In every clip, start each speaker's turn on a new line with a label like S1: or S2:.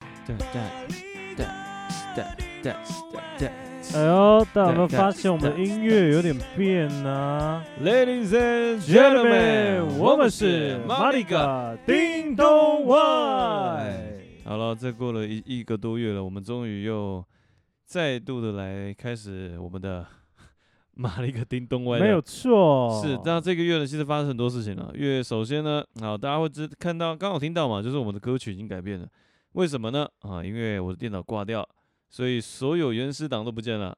S1: 对
S2: 对
S1: 对对对
S2: 哎呦，大家有
S1: 对
S2: 没有
S1: 对
S2: 发现我们的
S1: 对
S2: 音乐有点变呢、
S1: ，Ladies and
S2: g e n t l e m a n
S1: Gentlemen，
S2: 我们是马里
S1: 哥。
S2: 嘎叮咚外。
S1: 好了，再过了一一个多月了，我们终于又再度的来开始我们的 马里克叮咚歪的
S2: 没有错，
S1: 是，那这个月呢，其实发生很多事情了。月首先呢，好，大家会知看到，刚好听到嘛，就是我们的歌曲已经改变了。为什么呢？啊，因为我的电脑挂掉，所以所有原始档都不见了。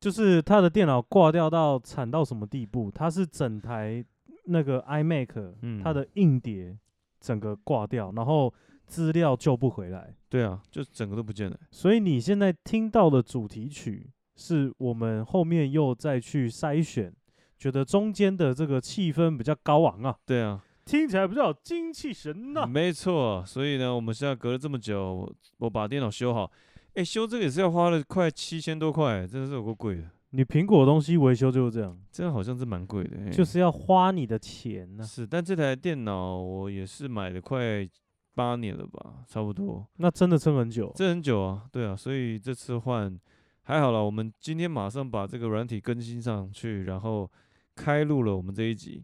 S2: 就是他的电脑挂掉到惨到什么地步？他是整台那个 iMac，、
S1: 嗯
S2: 它的硬碟整个挂掉，然后资料救不回来。
S1: 对啊，就整个都不见了。
S2: 所以你现在听到的主题曲，是我们后面又再去筛选，觉得中间的这个气氛比较高昂啊，
S1: 对啊，
S2: 听起来比较有精气神呐、
S1: 没错。所以呢，我们现在隔了这么久，我我把电脑修好。哎，修这个也是要花了快七千多块，真的是有够贵的。
S2: 你苹果的东西维修就是这样，
S1: 真的好像是蛮贵的，哎
S2: 就是要花你的钱呐、
S1: 是。但这台电脑我也是买了快八年了吧，差不多。
S2: 那真的撑很久。
S1: 这很久啊，对啊，所以这次换还好啦，我们今天马上把这个软体更新上去，然后开录了我们这一集。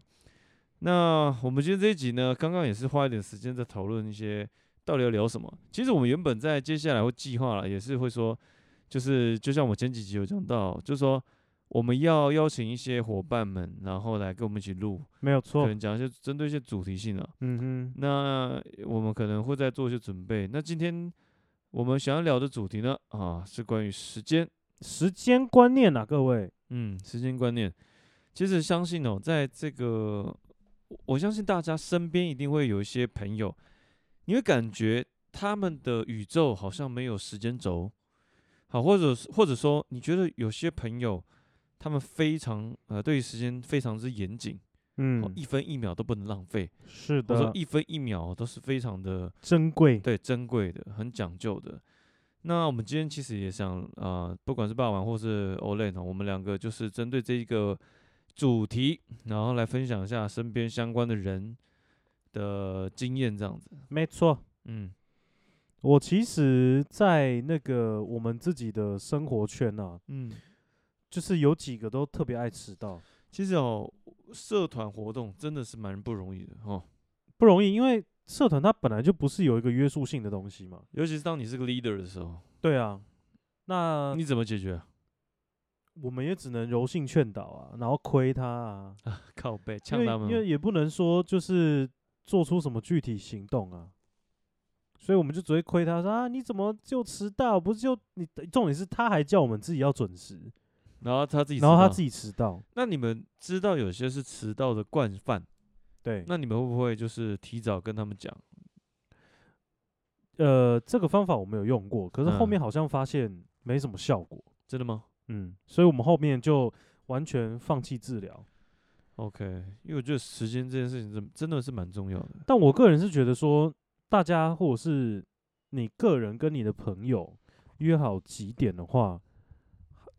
S1: 那我们今天这一集呢，刚刚也是花一点时间在讨论一些到底要聊什么。其实我们原本在接下来会计划了，也是会说，就是就像我前几集有讲到，就是说我们要邀请一些伙伴们，然后来跟我们一起录，
S2: 没有
S1: 可
S2: 错，
S1: 能讲一些针对一些主题性啊的、
S2: 嗯哼，
S1: 那我们可能会再做一些准备。那今天我们想要聊的主题呢，啊，是关于时间，
S2: 时间观念呐、各位，
S1: 嗯，时间观念。其实相信哦，在这个，我我相信大家身边一定会有一些朋友，你会感觉他们的宇宙好像没有时间轴，好，或者是或者说，你觉得有些朋友他们非常呃，对于时间非常之严谨，哦
S2: 嗯，
S1: 一分一秒都不能浪费，
S2: 是
S1: 或者说
S2: 的，
S1: 一分一秒都是非常的
S2: 珍贵，
S1: 对，珍贵的，很讲究的。那我们今天其实也想啊、呃不管是霸王或是 Olay 呢，我们两个就是针对这一个主题，然后来分享一下身边相关的人的经验，这样子。
S2: 没错。
S1: 嗯
S2: 我其实，在那个我们自己的生活圈呐、
S1: 嗯，
S2: 就是有几个都特别爱迟到，
S1: 其实哦，社团活动真的是蛮不容易的哦，
S2: 不容易，因为社团它本来就不是有一个约束性的东西嘛。
S1: 尤其是当你是个 leader 的时候，
S2: 对啊，那
S1: 你怎么解决啊？
S2: 我们也只能柔性劝导啊，然后亏他啊，
S1: 靠背
S2: 因
S1: 呛
S2: 为
S1: 他们
S2: 因为
S1: 吗，
S2: 也不能说就是做出什么具体行动啊，所以我们就只会亏他说啊，你怎么就迟到？不是就你重点是他还叫我们自己要准时，
S1: 然后他自己，
S2: 然后他自
S1: 己。
S2: 己迟到，
S1: 那你们知道有些是迟到的惯犯，
S2: 对，
S1: 那你们会不会就是提早跟他们讲？
S2: 呃，这个方法我们有用过，可是后
S1: 嗯
S2: 面好像发现没什么效果，
S1: 真的吗？
S2: 嗯，所以我们后面就完全放弃治疗。
S1: OK，因为我觉得时间这件事情真真的是蛮重要的。
S2: 但我个人是觉得说，大家或者是你个人跟你的朋友约好几点的话，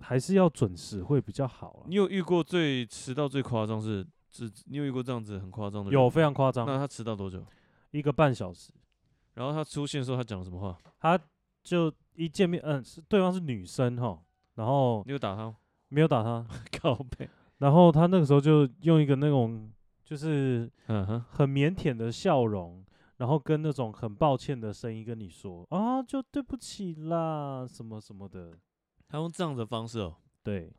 S2: 还是要准时会比较好、啊
S1: 你。有遇过最迟到最夸张是，只你有遇过这样子很夸张的人
S2: 有啊
S1: 吗？
S2: 非常夸张，
S1: 那他迟到多久？
S2: 一个半小时，
S1: 然后他出现的时候，他讲了什么话？
S2: 他就一见面，嗯，是对方是女生哈，然后
S1: 你有打他 吗？
S2: 没有 打他，
S1: 靠背。
S2: 然后他那个时候就用一个那种就是
S1: 嗯哼，
S2: 很腼腆的笑容，然后跟那种很抱歉的声音跟你说啊，就对不起啦，什么什么的，
S1: 他用这样的方式哦。
S2: 对。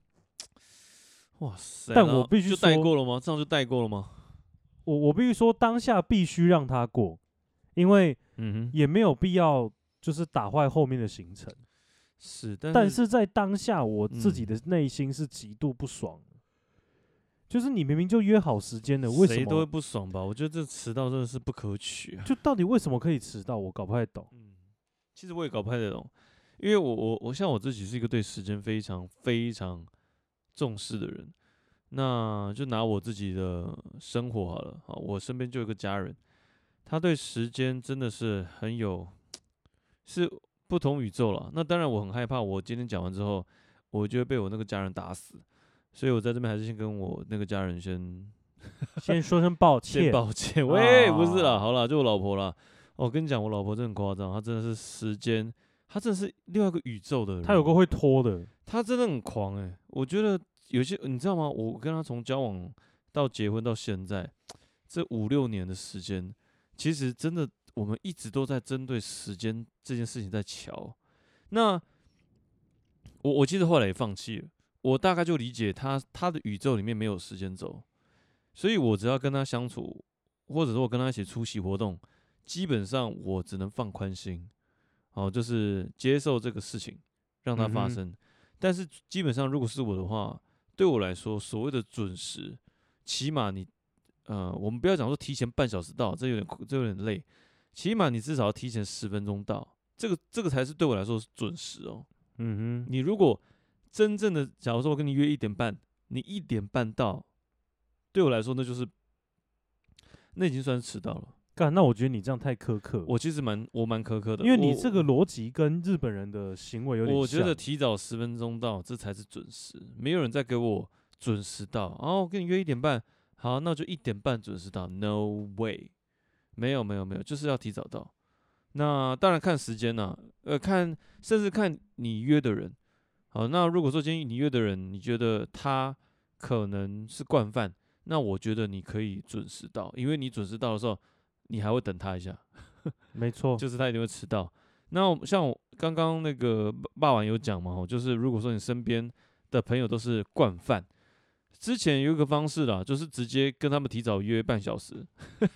S1: 哇塞！
S2: 但
S1: 然后
S2: 我必须
S1: 就带
S2: 说
S1: 过了吗？这样就带过了吗？
S2: 我我必须说，当下必须让他过，因为
S1: 嗯哼，
S2: 也没有必要就是打坏后面的行程。
S1: 是，但
S2: 但
S1: 是
S2: 是在当下，我自
S1: 嗯
S2: 己的内心是极度不爽的，就是你明明就约好时间了，为什
S1: 谁都会
S2: 么
S1: 不爽吧？我觉得这迟到真的是不可取啊。
S2: 就到底为什么可以迟到？我搞不太 懂。
S1: 嗯，其实我也搞不太懂，因为我我我像我自己是一个对时间非常非常重视的人。那就拿我自己的生活好了，啊，我身边就有一个家人，他对时间真的是很有，是不同宇宙了。那当然，我很害怕，我今天讲完之后，我就会被我那个家人打死，所以我在这边还是先跟我那个家人先
S2: 先说声抱
S1: 先
S2: 歉，
S1: 抱歉，喂，不是
S2: 啊
S1: 啦，好啦，就我老婆啦。哦我跟你讲，我老婆真的很夸张，她真的是时间，她真的是另外一个宇宙的人。
S2: 他有个会拖的，
S1: 他真的很狂哎、我觉得有些你知道吗？我跟他从交往到结婚到现在，这五六年的时间，其实真的我们一直都在针对时间这件事情在瞧。那我我记得后来也放弃了，我大概就理解他他的宇宙里面没有时间轴，所以我只要跟他相处，或者说我跟他一起出席活动，基本上我只能放宽心，哦，就是接受这个事情让它发
S2: 嗯哼
S1: 生。但是基本上，如果是我的话，对我来说，所谓的准时，起码你，呃，我们不要讲说提前半小时到，这有点这有点累，起码你至少要提前十分钟到，这个这个才是对我来说是准时哦。
S2: 嗯哼，
S1: 你如果真正的，假如说我跟你约一点半，你一点半到，对我来说那就是，那已经算是迟到了。
S2: 干，那我觉得你这样太苛刻了，
S1: 我其实蛮我蛮苛刻的，
S2: 因为你
S1: 我
S2: 这个逻辑跟日本人的行为有点像，
S1: 我觉得提早十分钟到，这才是准时。没有人再给我准时到。哦，我跟你约一点半，好，那我就一点半准时到。No way，没有没有没有，就是要提早到。那当然看时间啦、呃，看甚至看你约的人。好，那如果说今天你约的人，你觉得他可能是惯犯，那我觉得你可以准时到，因为你准时到的时候，你还会等他一下。
S2: 没错，
S1: 就是他一定会迟到。那我像我刚刚那个霸霸王有讲嘛，吼就是如果说你身边的朋友都是惯犯，之前有一个方式啦，就是直接跟他们提早约半小时。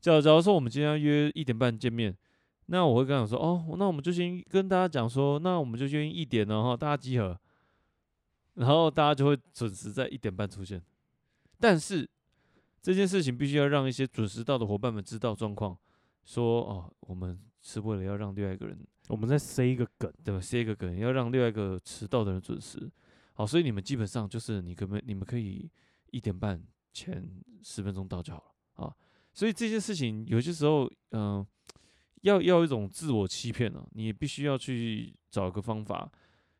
S1: 假假如说我们今天要约一点半见面，那我会跟他讲说，哦，那我们就先跟大家讲说，那我们就约一点哦，哈，大家集合，然后大家就会准时在一点半出现。但是这件事情必须要让一些准时到的伙伴们知道状况，说哦，我们是为了要让另外一个人
S2: 我们再塞一个梗，
S1: 对吧？塞一个梗，要让另外一个迟到的人准时。好，所以你们基本上就是你可不可以你们可以一点半前十分钟到就好了啊。所以这件事情有些时候，嗯、要要有一种自我欺骗啊，你必须要去找一个方法。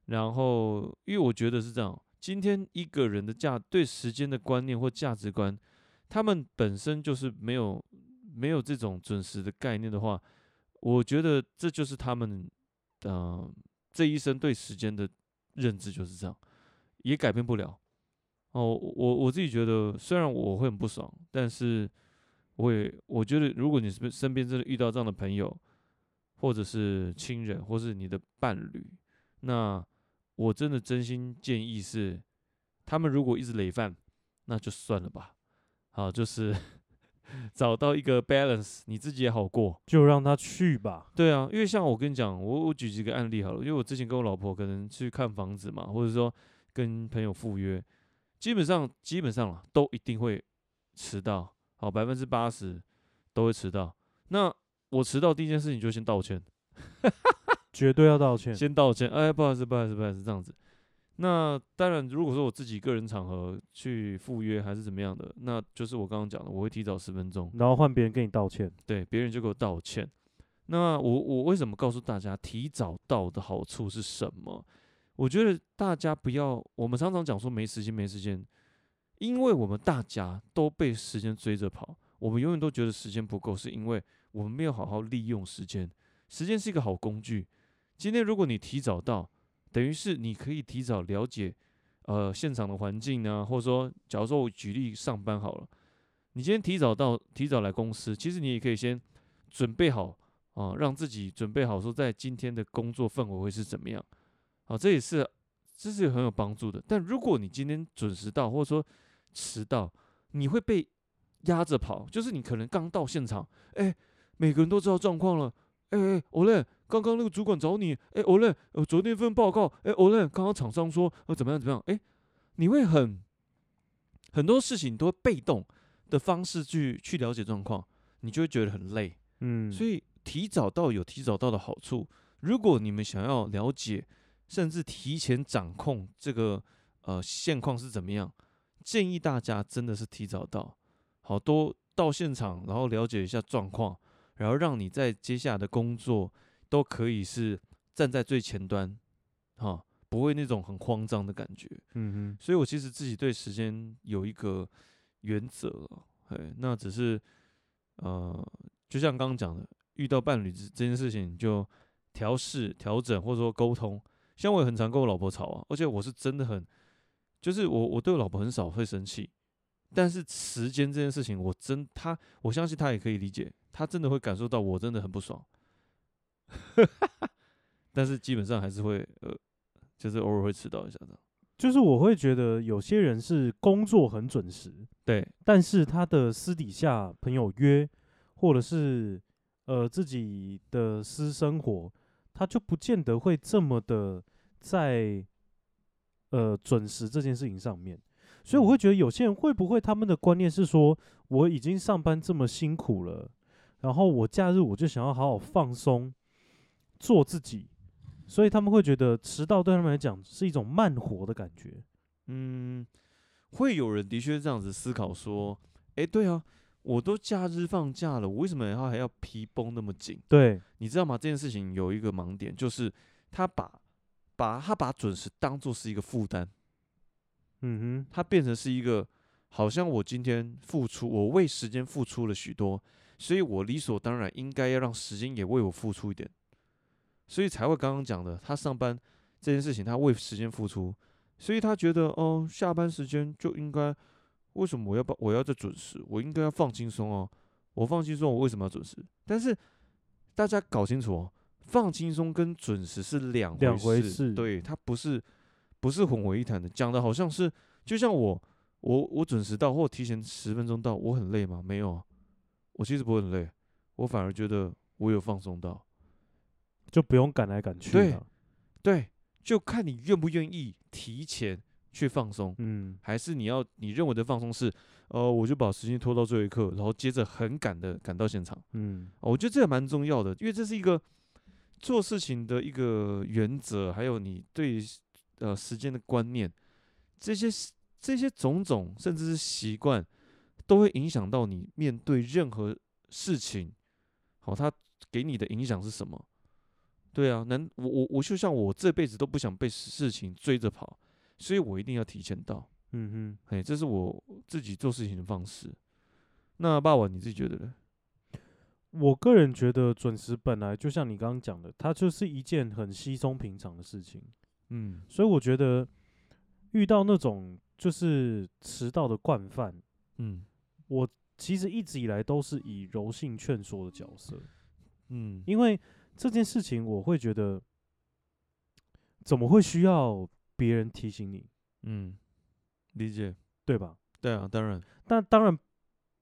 S1: 然后，因为我觉得是这样，今天一个人的价对时间的观念或价值观，他们本身就是没有没有这种准时的概念的话，我觉得这就是他们嗯、呃这一生对时间的认知就是这样，也改变不了。哦，我我自己觉得，虽然我会很不爽，但是我也我觉得，如果你是身边真的遇到这样的朋友，或者是亲人，或是你的伴侣，那我真的真心建议是，他们如果一直累犯，那就算了吧。好，就是 找到一个 balance，你自己也好过，
S2: 就让他去吧。
S1: 对啊，因为像我跟你讲，我我举几个案例好了，因为我之前跟我老婆可能去看房子嘛，或者说跟朋友赴约，基本上基本上啦，都一定会迟到，好，百分之八十都会迟到。那我迟到第一件事情就先道歉，
S2: 绝对要道歉。
S1: 先道歉，哎，不好意思，不好意思，不好意思，这样子。那当然，如果说我自己个人场合去赴约还是怎么样的，那就是我刚刚讲的，我会提早十分钟。
S2: 然后换别人跟你道歉，
S1: 对，别人就给我道歉。那我我为什么告诉大家提早到的好处是什么？我觉得大家不要，我们常常讲说没时间没时间，因为我们大家都被时间追着跑，我们永远都觉得时间不够，是因为我们没有好好利用时间。时间是一个好工具。今天如果你提早到，等于是你可以提早了解，呃，现场的环境啊，或者说，假如说我举例上班好了。你今天提早到，提早来公司，其实你也可以先准备好啊，让自己准备好，说在今天的工作氛围会是怎么样。啊，这也是这是很有帮助的。但如果你今天准时到，或者说迟到，你会被压着跑，就是你可能刚到现场，哎，每个人都知道状况了，哎哎，欧嘞，刚刚那个主管找你，哎，欧嘞，呃，昨天份报告，哎，欧嘞，刚刚厂商说，呃，怎么样怎么样，哎，你会很很多事情你都会被动。的方式去去了解状况，你就会觉得很累。
S2: 嗯，
S1: 所以提早到有提早到的好处。如果你们想要了解，甚至提前掌控这个呃现况是怎么样，建议大家真的是提早到，好多到现场，然后了解一下状况，然后让你在接下来的工作都可以是站在最前端，哈、不会那种很慌张的感觉。
S2: 嗯哼，
S1: 所以我其实自己对时间有一个原则了，哎，那只是呃，就像刚刚讲的，遇到伴侣这这件事情就调试、调整或者说沟通。像我也很常跟我老婆吵啊，而且我是真的很，就是我我对我老婆很少会生气，但是时间这件事情，我真她我相信她也可以理解，她真的会感受到我真的很不爽， 但是基本上还是会呃，就是偶尔会迟到一下的。
S2: 就是我会觉得有些人是工作很准时，
S1: 对，
S2: 但是他的私底下朋友约，或者是呃自己的私生活，他就不见得会这么的在呃准时这件事情上面。所以我会觉得有些人会不会他们的观念是说，我已经上班这么辛苦了，然后我假日我就想要好好放松，做自己，所以他们会觉得迟到对他们来讲是一种慢活的感觉。
S1: 嗯，会有人的确这样子思考说，诶，对啊，我都假日放假了，我为什么要还要皮绷那么紧？
S2: 对，
S1: 你知道吗？这件事情有一个盲点，就是他把把他把准时当做是一个负担，
S2: 嗯哼，
S1: 它变成是一个好像我今天付出，我为时间付出了许多，所以我理所当然应该要让时间也为我付出一点，所以才会刚刚讲的，他上班这件事情，他为时间付出，所以他觉得哦，下班时间就应该，为什么我要把我要再准时？我应该要放轻松哦，我放轻松，我为什么要准时？但是大家搞清楚哦，放轻松跟准时是两
S2: 两回
S1: 事，
S2: 事
S1: 对，它不是不是混为一谈的，讲的好像是就像我我我准时到或提前十分钟到，我很累吗？没有啊，我其实不会很累，我反而觉得我有放松到。
S2: 就不用赶来赶去
S1: 对
S2: 了。
S1: 对，就看你愿不愿意提前去放松，
S2: 嗯，
S1: 还是你要你认为的放松是，呃，我就把时间拖到最后一刻，然后接着很赶的赶到现场。
S2: 嗯，
S1: 哦，我觉得这个蛮重要的，因为这是一个做事情的一个原则，还有你对呃时间的观念，这些是这些种种，甚至是习惯，都会影响到你面对任何事情。好、它给你的影响是什么？对啊，难我我我就像我这辈子都不想被事事情追着跑，所以我一定要提前到。
S2: 嗯
S1: 哎，这是我自己做事情的方式。那爸爸你自己觉得呢？
S2: 哼，我个人觉得准时本来就像你刚刚讲的，它就是一件很稀松平常的事情，
S1: 嗯
S2: 所以我觉得遇到那种就是迟到的惯犯，
S1: 嗯
S2: 我其实一直以来都是以柔性劝说的角色，
S1: 嗯，
S2: 因为这件事情我会觉得怎么会需要别人提醒你，
S1: 嗯，理解。
S2: 对吧？
S1: 对啊，当然，
S2: 但当然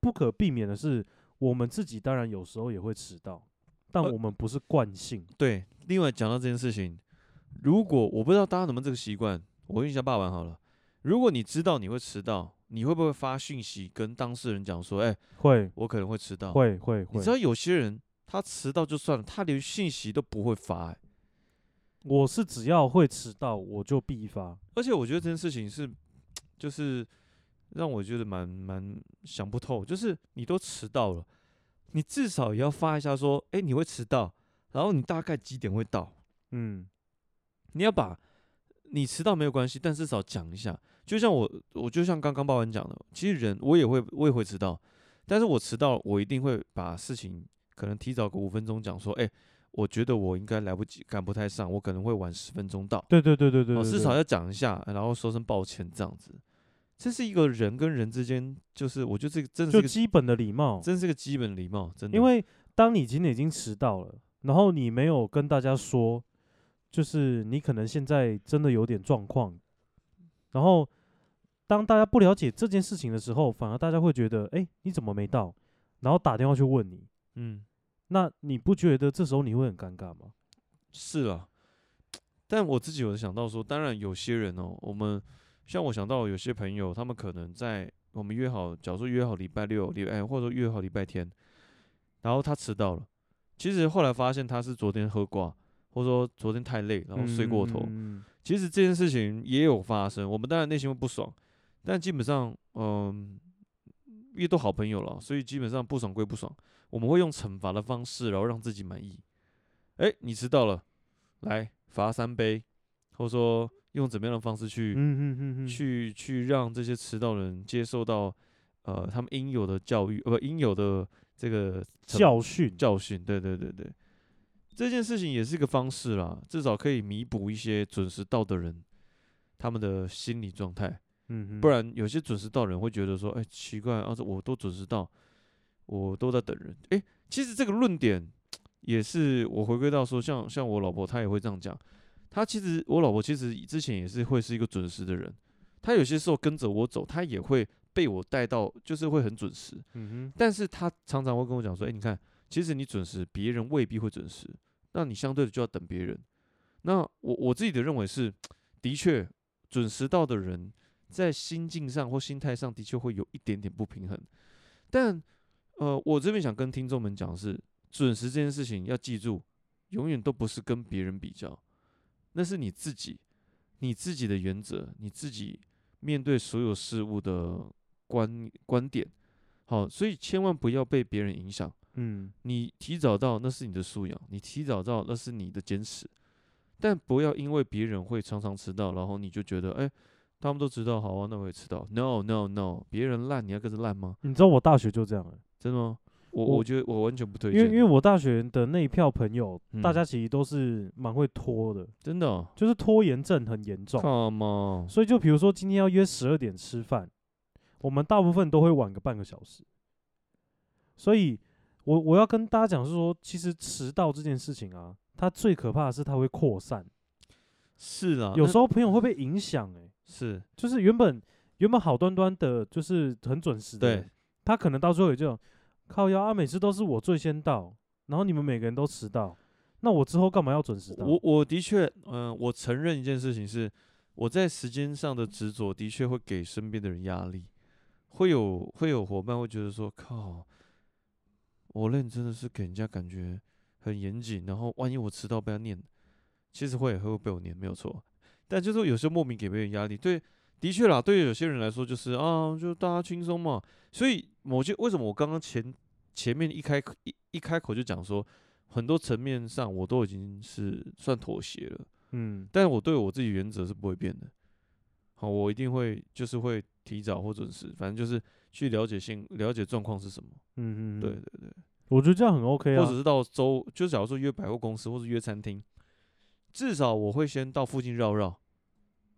S2: 不可避免的是，我们自己当然有时候也会迟到，但
S1: 呃
S2: 我们不是惯性。
S1: 对。另外讲到这件事情，如果我不知道大家有没有这个习惯，我问一下爸爸好了。如果你知道你会迟到，你会不会发讯息跟当事人讲说：“哎、
S2: 会
S1: 我可能会迟到。”。
S2: 会会
S1: 哦你
S2: 会
S1: 知，道有些人他迟到就算了，他连讯息都不会发、哎
S2: 我是只要会迟到我就必发。
S1: 而且我觉得这件事情是，就是让我觉得蛮蛮想不透，就是你都迟到了，你至少也要发一下说：“哎、你会迟到，然后你大概几点会到？”
S2: 嗯
S1: 你要把你迟到没有关系，但至少讲一下。就像我，我就像刚刚包文讲的，其实人我也会，我也会迟到，但是我迟到，我一定会把事情可能提早个五分钟讲说，哎、我觉得我应该来不及，赶不太上，我可能会晚十分钟到，
S2: 对对对对对
S1: 哦，
S2: 对
S1: 至
S2: 对
S1: 少要讲一下，然后说声抱歉这样子。这是一个人跟人之间，就是我觉得这个真的是
S2: 就
S1: 一个，
S2: 基本的礼貌，
S1: 真是个基本礼貌，真的。
S2: 因为当你今天已经迟到了，然后你没有跟大家说，就是你可能现在真的有点状况，然后当大家不了解这件事情的时候，反而大家会觉得，哎、你怎么没到？然后打电话去问你，
S1: 嗯，
S2: 那你不觉得这时候你会很尴尬吗？
S1: 是啊，但我自己有想到说，当然有些人哦，我们像我想到有些朋友，他们可能在我们约好，假如说约好礼拜六、礼拜、哎、或者说约好礼拜天，然后他迟到了，其实后来发现他是昨天喝挂，或者说昨天太累，然后睡过头。
S2: 嗯
S1: 其实这件事情也有发生，我们当然内心会不爽，但基本上，嗯，因为都好朋友了，所以基本上不爽归不爽，我们会用惩罚的方式，然后让自己满意。哎，你迟到了，来罚三杯，或者说用怎么样的方式去、
S2: 嗯嗯嗯嗯，
S1: 去去让这些迟到的人接受到呃他们应有的教育，呃不应有的这个成
S2: 教训，
S1: 教训，对对对对，这件事情也是一个方式啦，至少可以弥补一些准时到的人他们的心理状态。
S2: 嗯哼，
S1: 不然有些准时到的人会觉得说，哎、奇怪啊，这我都准时到，我都在等人。哎、其实这个论点也是我回归到说，像像我老婆，她也会这样讲。她其实我老婆其实之前也是会是一个准时的人，她有些时候跟着我走，她也会被我带到，就是会很准时。
S2: 嗯哼，
S1: 但是他常常会跟我讲说：“哎、你看，其实你准时，别人未必会准时，那你相对的就要等别人。”那我我自己的认为是，的确准时到的人在心境上或心态上的确会有一点点不平衡。但呃，我这边想跟听众们讲的是，准时这件事情要记住，永远都不是跟别人比较，那是你自己，你自己的原则，你自己面对所有事物的观观点。好，所以千万不要被别人影响。
S2: 嗯
S1: 你提早到那是你的素养，你提早到那是你的坚持，但不要因为别人会常常迟到，然后你就觉得哎、他们都迟到，好啊，那我也迟到。No No No，别人烂你要跟着烂吗？
S2: 你知道我大学就这样、欸，
S1: 真的吗？我
S2: 我
S1: 我觉得我完全不推
S2: 因为
S1: 荐，
S2: 因为我大学的那一票朋友，大
S1: 嗯
S2: 家其实都是蛮会拖的，
S1: 真的、哦、
S2: 就是拖延症很严重。
S1: ，Come on，
S2: 所以就比如说今天要约十二点吃饭，我们大部分都会晚个半个小时。所以我我要跟大家讲是说，其实迟到这件事情啊，它最可怕的是它会扩散，
S1: 是啦，
S2: 有
S1: 啊那
S2: 时候朋友会被影响，哎，
S1: 是
S2: 就是原本原本好端端的，就是很准时的
S1: 对
S2: 人，他可能到最后也就靠腰啊，每次都是我最先到，然后你们每个人都迟到，那我之后干嘛要准时到？
S1: 我我的确，嗯、我承认一件事情是，我在时间上的执着的确会给身边的人压力，会有会有伙伴会觉得说，靠，我认真的是给人家感觉很严谨，然后万一我迟到被他念，其实会会被我念，没有错，但就是有时候莫名给别人压力，对，的确啦，对于有些人来说就是啊，就大家轻松嘛，所以某些为什么我刚刚前前面一开口一一开口就讲说，很多层面上我都已经是算妥协了，
S2: 嗯
S1: 但我对我自己原则是不会变的。好，我一定会就是会提早或准时，反正就是去了解性了解状况是什么。
S2: 嗯嗯，嗯
S1: 对，对对，
S2: 我觉得这样很 OK
S1: 或者
S2: 啊，
S1: 是到周，就假如说约百货公司或者约餐厅，至少我会先到附近绕绕，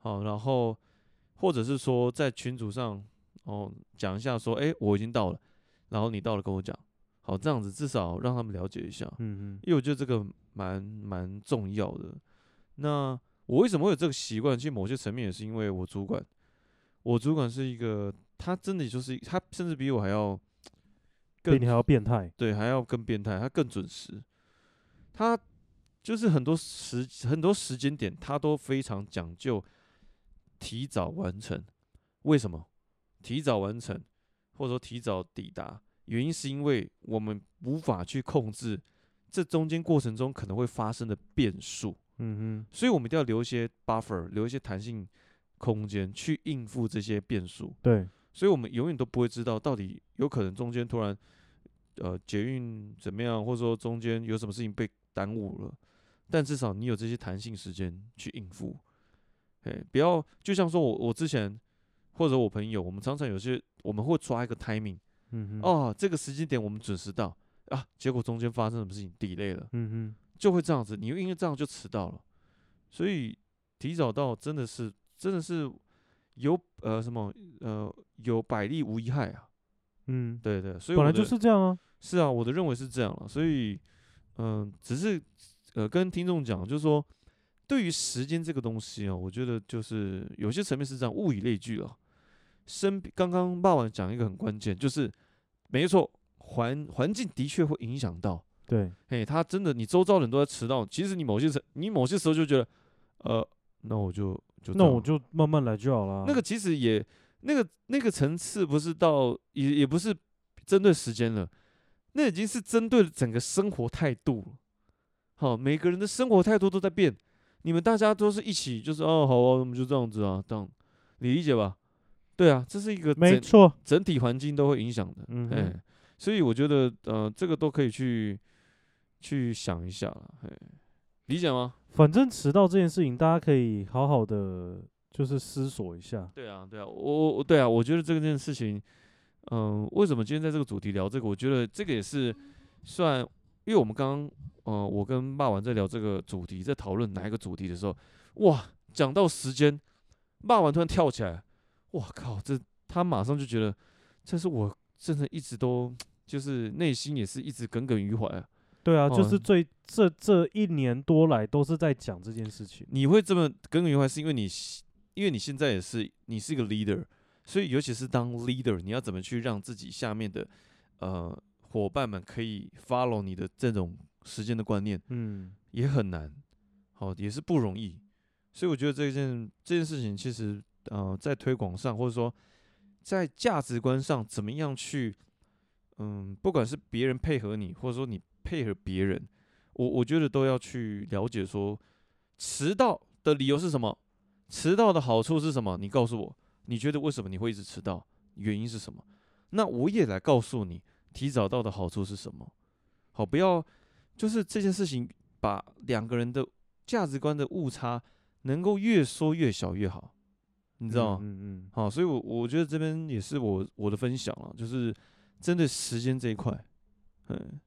S1: 好，然后或者是说在群组上哦讲一下说，哎、我已经到了，然后你到了跟我讲，好，这样子至少让他们了解一下。
S2: 嗯嗯
S1: 因为我觉得这个蛮蛮重要的。那我为什么会有这个习惯？其实某些层面也是因为我主管，我主管是一个，他真的就是他甚至比我还要
S2: 比
S1: 更
S2: 你还要变态，
S1: 对，还要更变态，他更准时，他就是很多时很多时间点，他都非常讲究提早完成。为什么？提早完成，或者说提早抵达，原因是因为我们无法去控制这中间过程中可能会发生的变数。
S2: 嗯嗯，
S1: 所以我们一定要留一些 buffer，留一些弹性空间去应付这些变数。
S2: 对，
S1: 所以我们永远都不会知道到底有可能中间突然呃捷运怎么样，或者说中间有什么事情被耽误了。但至少你有这些弹性时间去应付，哎，不要就像说我我之前或者我朋友，我们常常有些我们会抓一个 timing，
S2: 嗯嗯，，
S1: 哦，这个时间点我们准时到啊，结果中间发生什么事情 delay 了，
S2: 嗯嗯，
S1: 就会这样子，你因为这样就迟到了，所以提早到真的是真的是有呃什么呃有百利无一害啊，
S2: 嗯，
S1: 对对，所以
S2: 本
S1: 我
S2: 来就
S1: 的
S2: 是这样啊，
S1: 是啊，我的认为是这样了，所以嗯、只是呃跟听众讲，就是说对于时间这个东西啊，我觉得就是有些层面是这样，物以类聚啊。身边刚刚霸王讲一个很关键，就是没错，环环境的确会影响到，
S2: 对，
S1: 嘿，他真的，你周遭人都在迟到，其实你某些时，你某些时候就觉得，呃，那我就就这
S2: 那
S1: 样
S2: 我
S1: 了
S2: 就慢慢来就好啦。
S1: 那个，其实也那个那个层次不是到也也不是针对时间了，那已经是针对整个生活态度了。好，每个人的生活态度都在变，你们大家都是一起，就是哦，好啊，我们就这样子啊，这样，你理解吧？对啊，这是一个
S2: 没
S1: 整
S2: 错，
S1: 整体环境都会影响的。嗯，
S2: 嗯哼
S1: 哎，所以我觉得呃，这个都可以去去想一下了。哎，理解吗？
S2: 反正迟到这件事情，大家可以好好的就是思索一下。
S1: 对啊，对啊，我我对啊，我觉得这件事情，嗯，为什么今天在这个主题聊这个？我觉得这个也是算，因为我们刚刚，呃，我跟霸王在聊这个主题，在讨论哪一个主题的时候，哇，讲到时间，霸王突然跳起来，哇靠，这他马上就觉得，这是我真的一直都就是内心也是一直耿耿于怀、啊。
S2: 对啊，就
S1: 哦
S2: 是最这这一年多来都是在讲这件事情。
S1: 你会这么耿耿于怀，是因为你现，因为你现在也是你是一个 leader，所以尤其是当 leader，你要怎么去让自己下面的呃伙伴们可以 follow 你的这种时间的观念，
S2: 嗯，
S1: 也很难，好、也是不容易。所以我觉得这件这件事情，其实呃，在推广上，或者说在价值观上，怎么样去，嗯，不管是别人配合你，或者说你配合别人，我我觉得都要去了解说，迟到的理由是什么，迟到的好处是什么？你告诉我，你觉得为什么你会一直迟到？原因是什么？那我也来告诉你，提早到的好处是什么？好，不要就是这件事情把两个人的价值观的误差能够越缩越小越好，你
S2: 你
S1: 知道吗？
S2: 嗯嗯
S1: 好，所以我，我觉得这边也是我我的分享了，就是针对时间这一块，嗯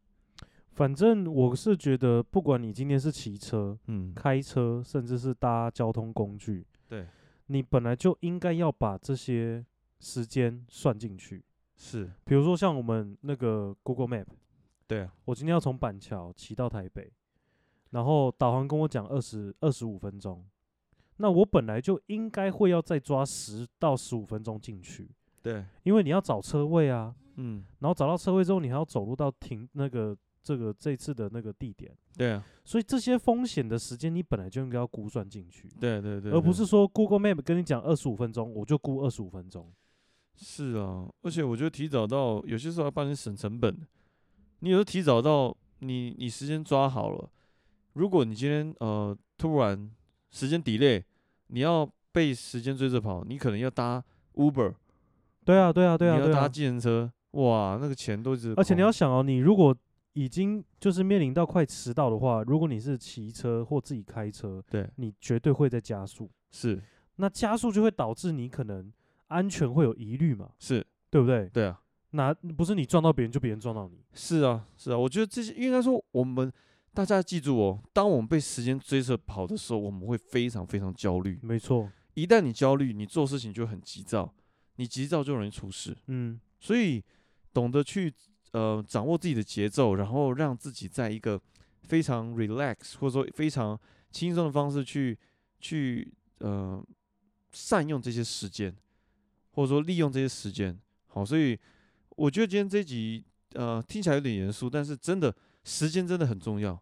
S2: 反正我是觉得，不管你今天是骑车、
S1: 嗯，
S2: 开车，甚至是搭交通工具，
S1: 对，
S2: 你本来就应该要把这些时间算进去。
S1: 是
S2: 比如说像我们那个 Google Map，
S1: 对啊，
S2: 我今天要从板桥骑到台北，然后导航跟我讲二十二十五分钟，那我本来就应该会要再抓十到十五分钟进去，
S1: 对，
S2: 因为你要找车位啊，
S1: 嗯，
S2: 然后找到车位之后，你还要走路到停那个这个这次的那个地点，
S1: 对啊，
S2: 所以这些风险的时间你本来就应该要估算进去，
S1: 对对对，
S2: 而不
S1: 对
S2: 是说 Google Map 跟你讲二十五分钟，我就估二十五分钟。
S1: 是啊，而且我觉得提早到，有些时候还帮你省成本。你有时候提早到，你你时间抓好了，如果你今天呃突然时间 delay，你要被时间追着跑，你可能要搭 Uber，
S2: 对啊，对啊，对啊，
S1: 你要
S2: 对
S1: 搭
S2: 啊。
S1: 计程车，哇，那个钱都是。
S2: 而且你要想哦，你如果已经就是面临到快迟到的话，如果你是骑车或自己开车，
S1: 对
S2: 你绝对会在加速。
S1: 是
S2: 那加速就会导致你可能安全会有疑虑嘛，
S1: 是，
S2: 对不对？
S1: 对啊，
S2: 那不是你撞到别人，就别人撞到你。
S1: 是啊是啊，我觉得这些应该说我们大家记住哦，当我们被时间追着跑的时候，我们会非常非常焦虑。
S2: 没错，
S1: 一旦你焦虑，你做事情就很急躁，你急躁就容易出事。
S2: 嗯，
S1: 所以懂得去呃掌握自己的节奏，然后让自己在一个非常 relax 或者说非常轻松的方式去去呃善用这些时间，或者说利用这些时间。好，所以我觉得今天这一集呃听起来有点严肃，但是真的时间真的很重要，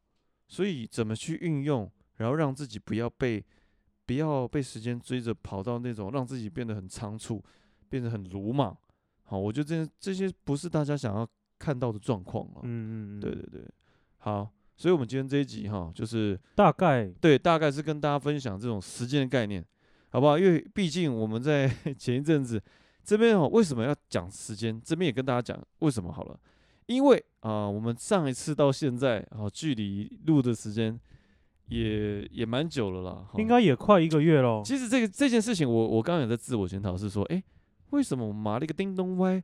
S1: 所以怎么去运用，然后让自己不要被不要被时间追着跑到那种让自己变得很仓促，变得很鲁莽。好，我觉得这这些不是大家想要看到的状况了。
S2: 嗯嗯嗯，
S1: 对对对，好，所以我们今天这一集哈，就是
S2: 大概
S1: 对，大概是跟大家分享这种时间的概念，好不好？因为毕竟我们在 前一阵子这边哦，为什么要讲时间？这边也跟大家讲为什么好了，因为啊、我们上一次到现在啊、距离录的时间也也蛮久了啦，哈
S2: 应该也快一个月咯。
S1: 其实这个这件事情我，我刚刚有在自我检讨，是说，哎，为什么我们麻了一个叮咚歪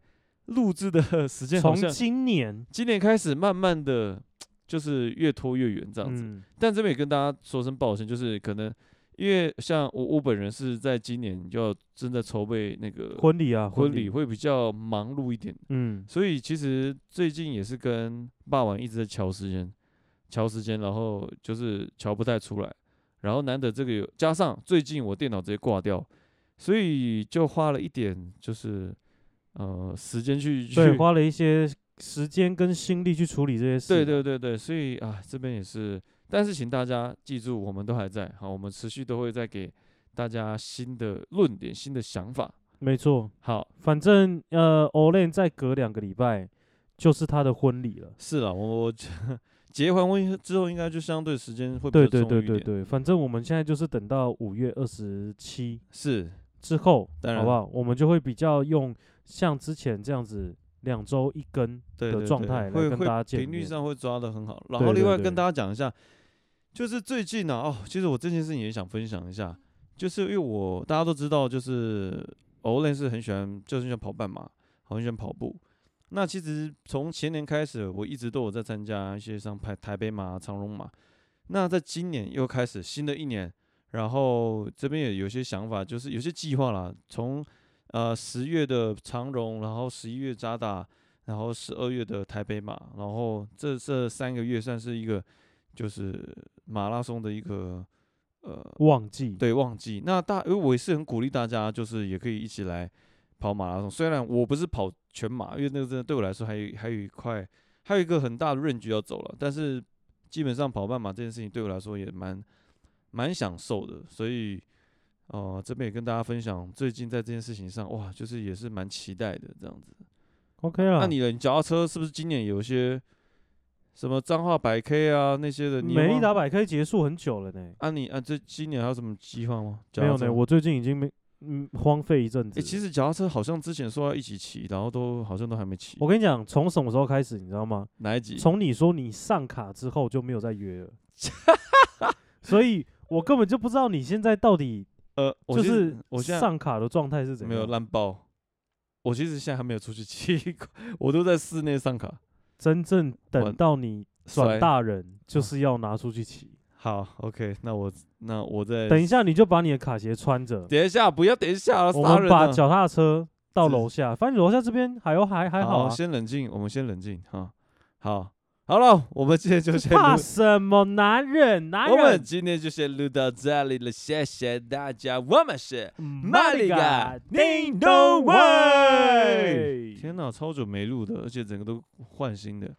S1: 录制的 时间好
S2: 从
S1: 像
S2: 今年
S1: 今年开始慢慢的就是越拖越远这样子。
S2: 嗯，
S1: 但这边也跟大家说声抱歉，就是可能因为像我我本人是在今年就要正在筹备那个
S2: 婚礼啊，
S1: 婚礼，
S2: 礼，
S1: 会比较忙碌一点，
S2: 嗯，
S1: 所以其实最近也是跟霸王一直在瞧时间，瞧时间，然后就是瞧不太出来，然后难得这个有加上最近我电脑直接挂掉，所以就花了一点就是呃时间去去
S2: 对，花了一些时间跟心力去处理这些事。
S1: 对对对对，所以啊这边也是，但是请大家记住，我们都还在，好，我们持续都会再给大家新的论点、新的想法。
S2: 没错，
S1: 好，
S2: 反正呃，Olen 再隔两个礼拜就是他的婚礼了。
S1: 是了，我我 结完婚之后，应该就相对时间会比
S2: 对
S1: 较
S2: 对
S1: 充裕
S2: 对
S1: 一
S2: 对
S1: 点。
S2: 对，反正我们现在就是等到五月二十七
S1: 是，
S2: 之后，
S1: 当
S2: 好
S1: 然
S2: 不好？我们就会比较用像之前这样子两周一根
S1: 对
S2: 的
S1: 对
S2: 状
S1: 对
S2: 态来
S1: 会
S2: 跟
S1: 会
S2: 大家见
S1: 频率
S2: 面
S1: 上会抓的很好。然
S2: 对
S1: 后另
S2: 对
S1: 外跟
S2: 对
S1: 大家讲一下，就是最近呢、哦，其实我这件事情也想分享一下，就是因为我大家都知道，就是 Olen 是很喜欢，就是很喜欢跑半马，好很喜欢跑步。那其实从前年开始，我一直都有在参加一些像台台北马、长荣马。那在今年又开始新的一年，然后这边也有些想法，就是有些计划啦。从呃十月的长荣，然后十一月渣打，然后十二月的台北马，然后这这三个月算是一个就是马拉松的一个呃
S2: 忘记，
S1: 对旺季。那大，因为我也是很鼓励大家，就是也可以一起来跑马拉松。虽然我不是跑全马，因为那个真的对我来说还有还有一块，还有一个很大的润局要走了。但是基本上跑半马这件事情对我来说也蛮蛮享受的，所以。哦、这边也跟大家分享，最近在这件事情上，哇，就是也是蛮期待的这样子。
S2: ，OK 啦。
S1: 那你的你脚踏车是不是今年有一些什么脏话百 K 啊那些的？你有
S2: 美
S1: 吗
S2: 利达百科结束很久了呢，
S1: 啊你啊，这今年还有什么计划吗？脚
S2: 没有
S1: 踏车
S2: 呢，我最近已经没嗯荒废一阵子
S1: 诶，
S2: 了。
S1: 其实脚踏车好像之前说要一起骑，然后都好像都还没骑。
S2: 我跟你讲，从什么时候开始，你知道吗？
S1: 哪一集？
S2: 从你说你上卡之后就没有再约 了，所以我根本就不知道你现在到底
S1: 呃，我
S2: 就
S1: 其实
S2: 是
S1: 我现在
S2: 上卡的状态是怎
S1: 没有
S2: 样？
S1: 烂爆。我其实现在还没有出去骑 过，我都在室内上卡。
S2: 真正等
S1: 完
S2: 到你转
S1: 摔啊
S2: 大人，就是要拿出去骑。
S1: 好，OK，那我那我再
S2: 等一下你就把你的卡鞋穿着，
S1: 等一下，不要等一下了，
S2: 我
S1: 杀
S2: 们
S1: 人
S2: 把
S1: 啊！
S2: 脚踏车到
S1: 是哦
S2: 楼下，反正楼下这边还有还还好啊。
S1: 先冷静，我们先冷静哈。好，好了，我们今天就先
S2: 怕
S1: 录，
S2: 什么男人？男
S1: 我们
S2: 人
S1: 今天就先录到这里了，谢谢大家，我们是。
S2: 玛丽嘎
S1: Malaga，
S2: 叮
S1: 叮
S2: 咚
S1: 咚
S2: 喂
S1: 喂！天哪，超久没录的，而且整个都换新的，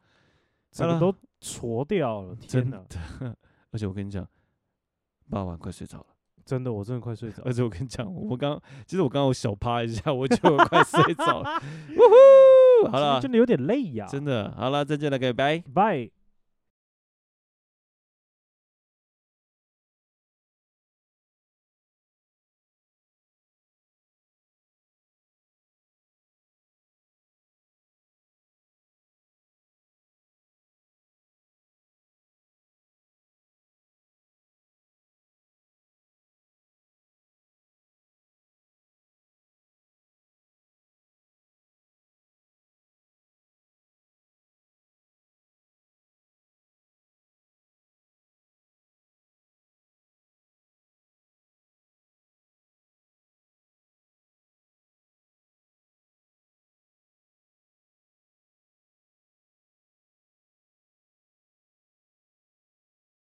S2: 整个都挫掉了，天
S1: 真
S2: 哪
S1: 的！。而且我跟你讲，傍晚快睡着了。
S2: 真的，我真的快睡着了
S1: 而。且我跟你讲，我刚其实我刚刚我小趴一下，我觉得我快睡 着了。呜呼，好
S2: 今天
S1: 了
S2: 真，的有点累呀。
S1: 真的好了，再见了，各位，拜。
S2: 拜。